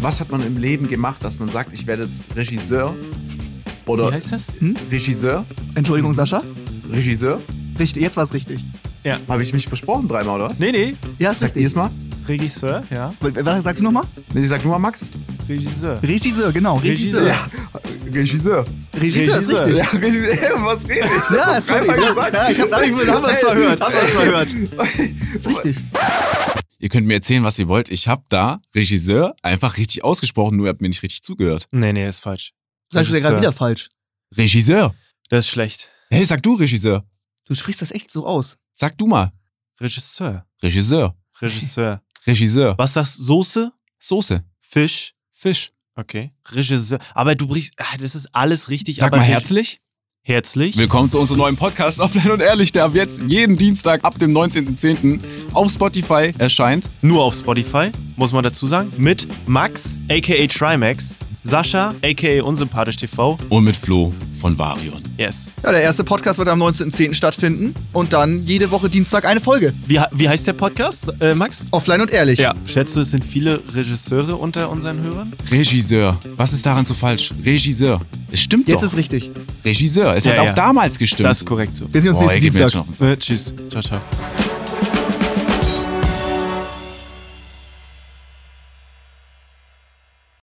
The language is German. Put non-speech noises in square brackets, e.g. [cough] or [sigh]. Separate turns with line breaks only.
was hat man im Leben gemacht, dass man sagt, ich werde jetzt Regisseur oder
Wie heißt das?
Regisseur,
Entschuldigung, Sascha.
Regisseur?
Richtig, jetzt war es richtig.
Habe ich mich versprochen dreimal, oder was?
Nee, nee.
Ja, ist
Sagt
richtig.
ihr es mal?
Regisseur, ja.
Was sagst du nochmal?
Nee, ich sag nur mal Max.
Regisseur.
Regisseur, genau. Regisseur.
Ja, Regisseur.
Regisseur, ist
Regisseur.
richtig.
Ja, Regisseur, [laughs] was rede ich?
Ja, ist richtig. Ja, ich hab, da haben wir uns verhört. Haben wir uns verhört. Richtig.
Ihr könnt mir erzählen, was ihr wollt. Ich habe da Regisseur einfach richtig ausgesprochen, nur ihr habt mir nicht richtig zugehört.
Nee, nee, ist falsch.
Sagst du ja gerade wieder falsch.
Regisseur.
Das ist schlecht.
Hey, sag du Regisseur.
Du sprichst das echt so aus.
Sag du mal.
Regisseur.
Regisseur.
Regisseur.
Regisseur.
Was sagst du? Soße?
Soße.
Fisch?
Fisch.
Okay. Regisseur. Aber du brichst. ah, Das ist alles richtig.
Sag
aber
mal
Reg-
herzlich.
Herzlich.
Willkommen zu unserem neuen Podcast Offline und Ehrlich, der ab jetzt jeden Dienstag ab dem 19.10. auf Spotify erscheint.
Nur auf Spotify, muss man dazu sagen. Mit Max, a.k.a. Trimax. Sascha, a.k.a. Unsympathisch TV.
Und mit Flo von Varion.
Yes.
Ja, der erste Podcast wird am 19.10. stattfinden und dann jede Woche Dienstag eine Folge.
Wie, wie heißt der Podcast, äh, Max?
Offline und ehrlich.
Schätzt du, es sind viele Regisseure unter unseren Hörern?
Regisseur. Was ist daran so falsch? Regisseur. Es stimmt
Jetzt
doch.
ist richtig.
Regisseur. Es
Ja,
hat auch
ja.
damals gestimmt.
Das ist korrekt so.
Wir sehen uns
Boah,
nächsten
ihr geht mir jetzt schon
Dienstag.
auf den Sack.
Äh, tschüss. Ciao, ciao.